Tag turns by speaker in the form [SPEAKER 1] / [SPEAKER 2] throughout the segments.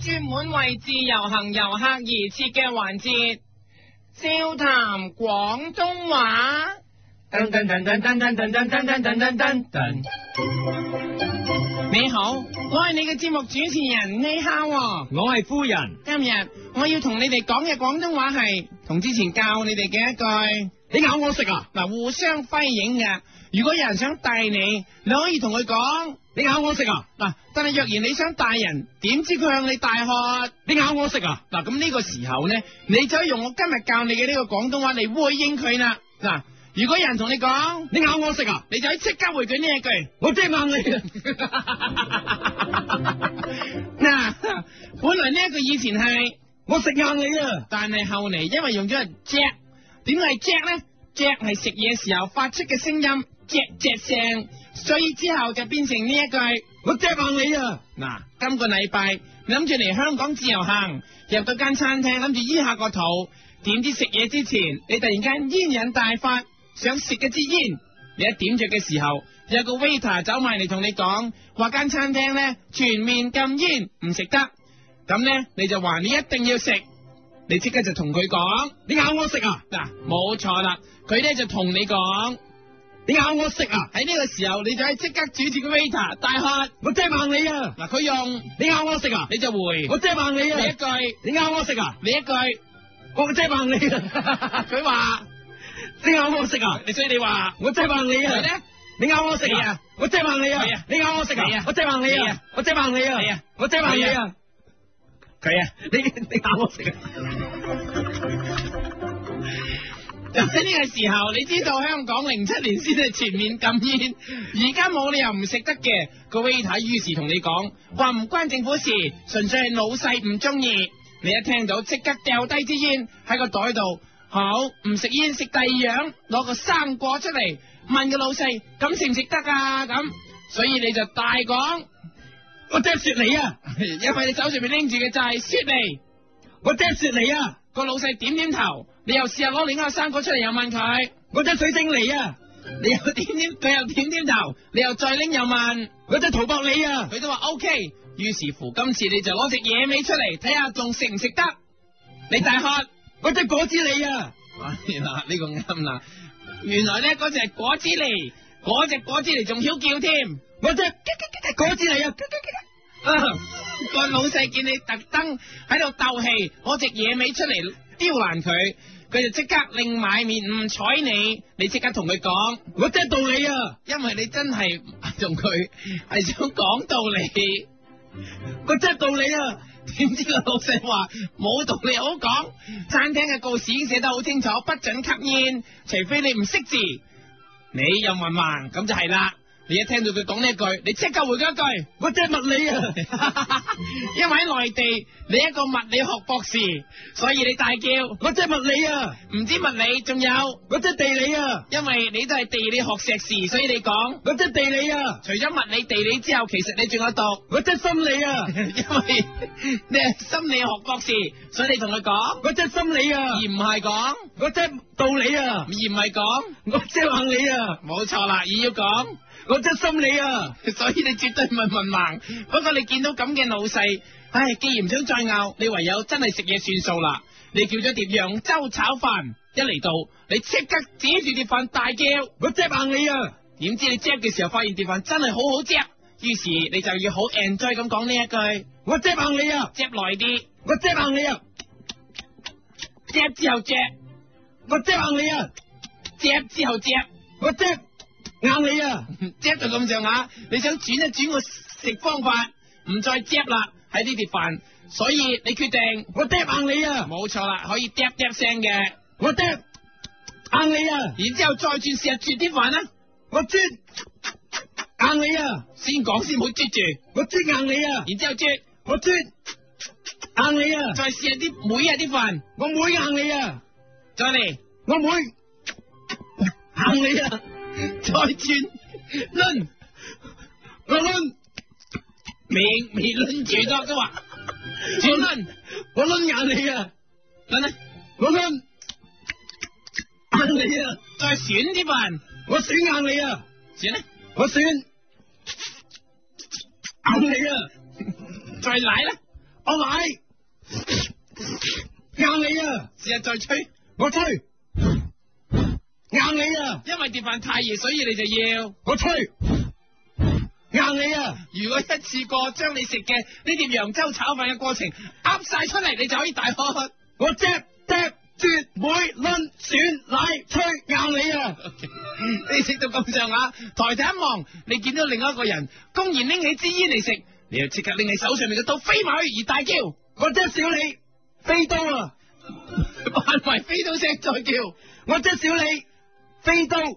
[SPEAKER 1] 專門為自由行遊客而設嘅環節，笑談廣東話。
[SPEAKER 2] 噔噔噔噔噔噔噔噔噔噔噔噔噔。
[SPEAKER 1] 你好，我係你嘅節目主持人呢哈喎。
[SPEAKER 2] 我係夫人，
[SPEAKER 1] 今日我要同你哋講嘅廣東話係同之前教你哋嘅一句，
[SPEAKER 2] 你咬我食啊！
[SPEAKER 1] 嗱互相輝映嘅。如果有人想帶你，你可以同佢講
[SPEAKER 2] 你咬我食啊！
[SPEAKER 1] 嗱，但係若然你想帶人，點知佢向你大喝？
[SPEAKER 2] 你咬我食啊！
[SPEAKER 1] 嗱，咁呢個時候呢，你就用我今日教你嘅呢個廣東話嚟回應佢啦。嗱，如果有人同你講，
[SPEAKER 2] 你咬我食啊！
[SPEAKER 1] 你就喺即刻回佢呢一句。
[SPEAKER 2] 我掟硬你啊！
[SPEAKER 1] 嗱， 本來呢一句以前係，
[SPEAKER 2] 我食硬你啊！
[SPEAKER 1] 但係後嚟因為用咗 jack，點解係 jack 呢 jack 係食嘢時候發出嘅聲音，jack jack 聲，所以之後就變成呢一句。
[SPEAKER 2] 我掟硬你啊！
[SPEAKER 1] 嗱，今個禮拜諗住嚟香港自由行，入到間餐廳諗住醫下個肚，點知食嘢之前你突然間煙癮大發，想食一支煙，你一點着嘅時候，有個 waiter 走埋嚟同你講，話間餐廳呢全面禁煙，唔食得，咁呢，你就話你一定要食，你即刻就同佢講，
[SPEAKER 2] 你咬我食啊！
[SPEAKER 1] 嗱，冇錯啦，佢呢就同你講，
[SPEAKER 2] 你咬我食啊！
[SPEAKER 1] 喺呢個時候你就喺即刻指住個 waiter 大喝，
[SPEAKER 2] 我掟硬你啊！
[SPEAKER 1] 嗱佢用
[SPEAKER 2] 你咬我食啊！
[SPEAKER 1] 你就回。
[SPEAKER 2] 我掟硬你
[SPEAKER 1] 你一
[SPEAKER 2] 啊！
[SPEAKER 1] 句，
[SPEAKER 2] 你咬我食啊！
[SPEAKER 1] 你一句，
[SPEAKER 2] 我掟硬你 啊！
[SPEAKER 1] 佢話
[SPEAKER 2] 你咬我食啊！
[SPEAKER 1] 你所以你話
[SPEAKER 2] 我掟硬你
[SPEAKER 1] 係
[SPEAKER 2] 啊！
[SPEAKER 1] 咧，
[SPEAKER 2] 你咬我食
[SPEAKER 1] 你
[SPEAKER 2] 啊
[SPEAKER 1] 啊！
[SPEAKER 2] 我掟硬你
[SPEAKER 1] 你
[SPEAKER 2] 啊
[SPEAKER 1] 啊！
[SPEAKER 2] 你咬我食
[SPEAKER 1] 你
[SPEAKER 2] 啊
[SPEAKER 1] 啊！
[SPEAKER 2] 我掟硬你
[SPEAKER 1] 你
[SPEAKER 2] 啊
[SPEAKER 1] 啊！
[SPEAKER 2] 我掟硬你
[SPEAKER 1] 你
[SPEAKER 2] 啊
[SPEAKER 1] 啊！
[SPEAKER 2] 我掟硬你啊！
[SPEAKER 1] 佢啊，
[SPEAKER 2] 你你咬我食啊！
[SPEAKER 1] 就喺呢個時候，你知道香港零七年先係全面禁煙，而家冇理由唔食得嘅。個 waiter 於是同你講話唔關政府事，純粹係老細唔中意。你一聽到即刻掉低支煙喺個袋度，好唔食煙食第二樣，攞個生果出嚟問個老細咁食唔食得啊咁，所以你就大講。
[SPEAKER 2] 我掟雪梨啊！
[SPEAKER 1] 因為你手上面拎住嘅就係雪梨，
[SPEAKER 2] 我掟雪梨啊！
[SPEAKER 1] 個老細點點頭，你又試下攞另一個生果出嚟又問佢，
[SPEAKER 2] 我掟水晶梨啊！
[SPEAKER 1] 你又點點，佢又點點頭，你又再拎又問，
[SPEAKER 2] 我掟陶博梨啊！
[SPEAKER 1] 佢都話 OK。於是乎今次你就攞隻野味出嚟睇下仲食唔食得，你大喝，
[SPEAKER 2] 我掟果子 梨啊！
[SPEAKER 1] 嗱哎呢個啱啦，原來咧嗰隻係果子狸，嗰隻果子狸仲曉叫添。
[SPEAKER 2] 我掟果子 梨啊！
[SPEAKER 1] 個老細見你特登喺度鬥氣，攞隻野味出嚟刁難佢，佢就即刻擰埋面唔睬你。你即刻同佢講，
[SPEAKER 2] 我掟道理啊！
[SPEAKER 1] 因為你真係同佢係想講道理。
[SPEAKER 2] 我掟道理啊！
[SPEAKER 1] 點知個老細話冇道理好講，餐廳嘅告示已經寫得好清楚，不准吸煙，除非你唔識字。你又文盲咁就係啦。你一聽到佢講呢一句，你即刻回佢一句。
[SPEAKER 2] 我掟物理啊！
[SPEAKER 1] 因為喺內地，你一個物理學博士，所以你大叫
[SPEAKER 2] 我掟物理啊！
[SPEAKER 1] 唔知物理，仲有，
[SPEAKER 2] 我掟地理啊！
[SPEAKER 1] 因為你都係地理學碩士，所以你講
[SPEAKER 2] 我掟地理啊！
[SPEAKER 1] 除咗物理、地理之後，其實你仲有讀，
[SPEAKER 2] 我掟心理啊！
[SPEAKER 1] 因為你係心理學博士，所以你同佢講，
[SPEAKER 2] 我掟心理啊
[SPEAKER 1] 而！唔係講，
[SPEAKER 2] 我掟道理啊！
[SPEAKER 1] 而唔係講，
[SPEAKER 2] 我掟硬你啊！
[SPEAKER 1] 冇錯啦，而要講。
[SPEAKER 2] 我掟心理啊！
[SPEAKER 1] 所以你絕對唔係文盲。不過你見到咁嘅老細，唉，既然唔想再拗，你唯有真係食嘢算數啦。你叫咗碟揚州炒飯，一嚟到你即刻指住碟飯大叫，
[SPEAKER 2] 我掟硬你啊！
[SPEAKER 1] 點知你嚼嘅時候發現碟飯真係好好嚼，於是你就要好 enjoy 咁講呢一句，
[SPEAKER 2] 我掟硬你啊！
[SPEAKER 1] 嚼耐啲，
[SPEAKER 2] 我掟硬你啊！
[SPEAKER 1] 嚼之後嚼，
[SPEAKER 2] 我掟硬你啊！
[SPEAKER 1] 嚼之後 嚼，
[SPEAKER 2] 我掟硬你啊！
[SPEAKER 1] 嚼到咁上下，你想轉一轉個食方法，唔再嚼啦喺呢碟飯，所以你決定。
[SPEAKER 2] 我掟硬你啊！
[SPEAKER 1] 冇錯啦，可以嗒嗒聲嘅，
[SPEAKER 2] 我掟硬你啊！
[SPEAKER 1] 然之後再轉試下啜啲飯啦，
[SPEAKER 2] 我啜硬你啊！
[SPEAKER 1] 先講先，唔好啜住，
[SPEAKER 2] 我啜硬你啊！
[SPEAKER 1] 然之後啜，
[SPEAKER 2] 我啜硬你啊！
[SPEAKER 1] 再試下啲每日啲飯，
[SPEAKER 2] 我妹硬你啊！
[SPEAKER 1] 再嚟，
[SPEAKER 2] 我妹硬你啊！
[SPEAKER 1] 再轉，掄，
[SPEAKER 2] 我抡
[SPEAKER 1] 未未掄住多都話，轉掄，
[SPEAKER 2] 我抡硬你啊！
[SPEAKER 1] 掄啦，
[SPEAKER 2] 我抡硬你啊！
[SPEAKER 1] 再選啲飯，
[SPEAKER 2] 我選硬你啊！
[SPEAKER 1] 選啦，
[SPEAKER 2] 我選硬你啊！
[SPEAKER 1] 再奶啦，
[SPEAKER 2] 我奶，硬你啊！
[SPEAKER 1] 日日再吹，
[SPEAKER 2] 我吹，硬你啊！
[SPEAKER 1] 因為碟飯太熱，所以你就要。
[SPEAKER 2] 我吹，硬你啊！
[SPEAKER 1] 如果一次過將你食嘅呢碟揚州炒飯嘅過程噏晒出嚟，你就可以大喝。
[SPEAKER 2] 我隻隻絕妹抡選奶吹硬你啊！
[SPEAKER 1] 你食到咁上下，抬頭一望，你見到另外一個人公然拎起支煙嚟食，你就即刻拎起手上面嘅刀飛埋去而大叫，
[SPEAKER 2] 我隻小李飛刀啊！
[SPEAKER 1] 扮埋飛刀聲再叫。
[SPEAKER 2] 我隻小李飛刀，
[SPEAKER 1] 點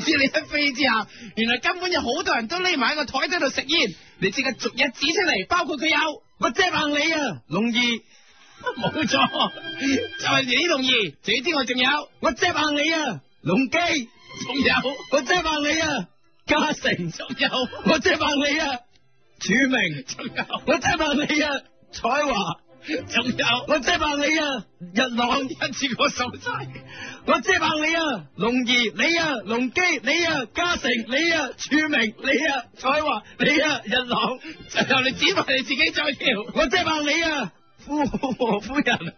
[SPEAKER 1] 知你一飛之下，原來根本有好多人都匿埋喺個台底度食煙，你即刻逐一指出嚟，包括佢有
[SPEAKER 2] 我隻硬你啊！龍二，
[SPEAKER 1] 冇錯，就係你呢同意。自己之外仲有，
[SPEAKER 2] 我隻硬你啊！龍基，
[SPEAKER 1] 仲有，
[SPEAKER 2] 我隻硬你啊！嘉誠，
[SPEAKER 1] 仲有，
[SPEAKER 2] 我隻硬你啊！柱明，
[SPEAKER 1] 仲有，
[SPEAKER 2] 我隻硬你啊！彩華，
[SPEAKER 1] 仲有，
[SPEAKER 2] 我隻硬你啊！日朗。
[SPEAKER 1] 一次過數晒，
[SPEAKER 2] 我遮爆你啊！龍兒你啊，龍基你啊，嘉誠你啊，柱明你啊，彩華你啊，日朗，
[SPEAKER 1] 最後你指埋你自己再叫。
[SPEAKER 2] 我遮爆你啊！夫和夫人，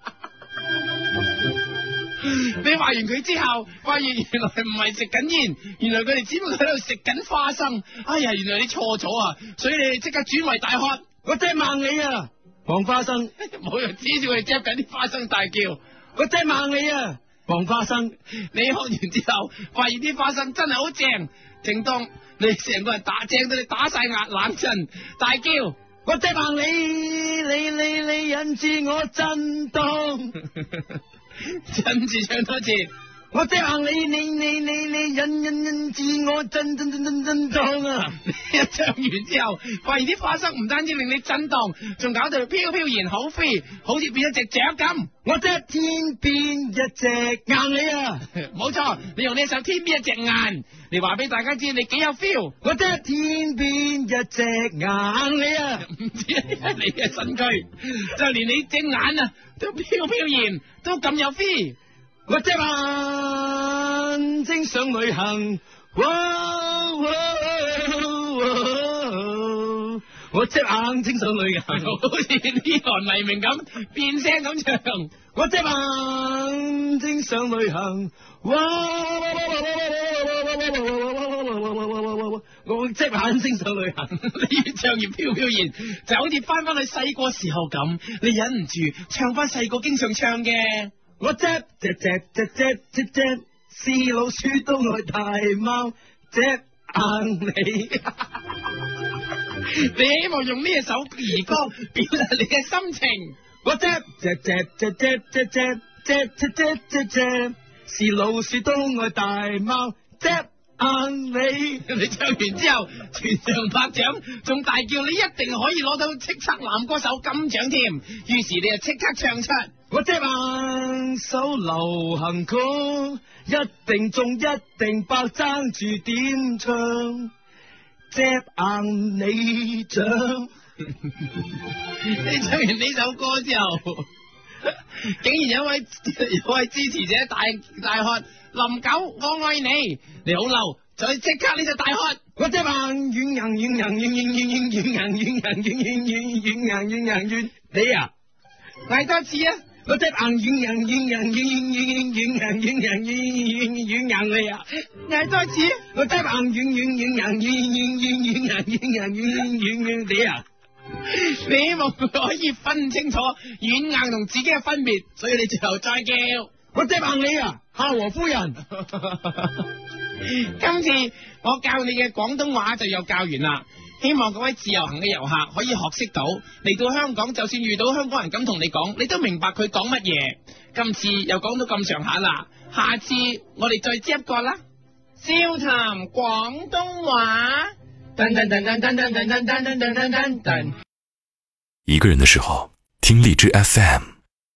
[SPEAKER 1] 你話完佢之後，發現原來唔係食緊煙，原來佢哋只不過喺度食緊花生。哎呀，原來你錯咗啊！所以你哋即刻轉為大喝，
[SPEAKER 2] 我遮猛你啊！黃花生，
[SPEAKER 1] 冇人指住佢哋嚼緊啲花生大叫。
[SPEAKER 2] 我遮猛你啊！黃花生，
[SPEAKER 1] 你學完之後，發現啲花生真係好正。正當你成個人打正到你打晒壓冷震，大叫，
[SPEAKER 2] 我遮猛你，你你你引致我震動，
[SPEAKER 1] 跟住唱多次，
[SPEAKER 2] 我遮猛你，你你你你引引引致我震震震震震動啊！
[SPEAKER 1] 一唱完之後，發現啲花生唔單止令你震盪，仲搞到你飄飄然好飛，好似變咗隻雀咁。
[SPEAKER 2] 我遮天邊一隻硬你啊！
[SPEAKER 1] 冇錯，你用呢一首《天邊一隻眼》嚟話俾大家知你幾有 feel，
[SPEAKER 2] 我得天邊一隻眼你啊，
[SPEAKER 1] 唔止你嘅身軀，就連你隻眼啊都飄飄然，都咁有 feel。
[SPEAKER 2] 我隻眼睛想旅行，哇哇哇我隻眼睛想旅
[SPEAKER 1] 好
[SPEAKER 2] 行，
[SPEAKER 1] 似呢行黎明咁變聲咁唱，
[SPEAKER 2] 我隻眼睛想旅行，哇我隻眼睛想旅行，
[SPEAKER 1] 你越唱越飄飄然，就好似翻返去細個時候咁，你忍唔住唱翻細個經常唱嘅。
[SPEAKER 2] 我隻隻隻隻隻隻隻是老鼠都愛大貓，隻硬你。
[SPEAKER 1] 你希望用呢一首兒歌表達你嘅心情。
[SPEAKER 2] 我只只只只只只只只只只只只，是老鼠都愛大貓，只硬你。
[SPEAKER 1] 你唱完之後，全場拍掌，仲大叫你一定可以攞到叱咤男歌手金獎添。於是你就即刻唱出，
[SPEAKER 2] 我只硬首流行曲，一定中一定爆，爭住點唱，只硬你獎。
[SPEAKER 1] 你唱完呢首歌之後，竟然有位 有位支持者大大喝林九我愛你，你好嬲，就即刻你就大喝。
[SPEAKER 2] 我只硬軟硬軟硬軟硬軟軟硬軟硬軟軟硬軟硬軟軟，你啊！
[SPEAKER 1] 嗌多次啊！
[SPEAKER 2] 我隻硬軟硬軟硬軟軟軟硬軟硬軟軟硬你啊！
[SPEAKER 1] 嗌多次，
[SPEAKER 2] 我隻硬軟軟軟硬軟軟軟軟硬軟軟軟軟你啊！
[SPEAKER 1] 你希望佢可以分清楚軟硬同自己嘅分別，所以你最後再叫。
[SPEAKER 2] 我隻硬你啊！夏和夫 人，
[SPEAKER 1] 今次我教你嘅廣東話就有教完啦，希望各位自由行嘅遊客可以學識到，嚟到香港就算遇到香港人咁同你講，你都明白佢講乜嘢。今次又講到咁上下啦，下次我哋再接一個啦。笑談廣東話。
[SPEAKER 3] 噔噔噔噔噔噔噔噔噔噔噔噔。
[SPEAKER 4] 一个人的时候，听荔枝 FM。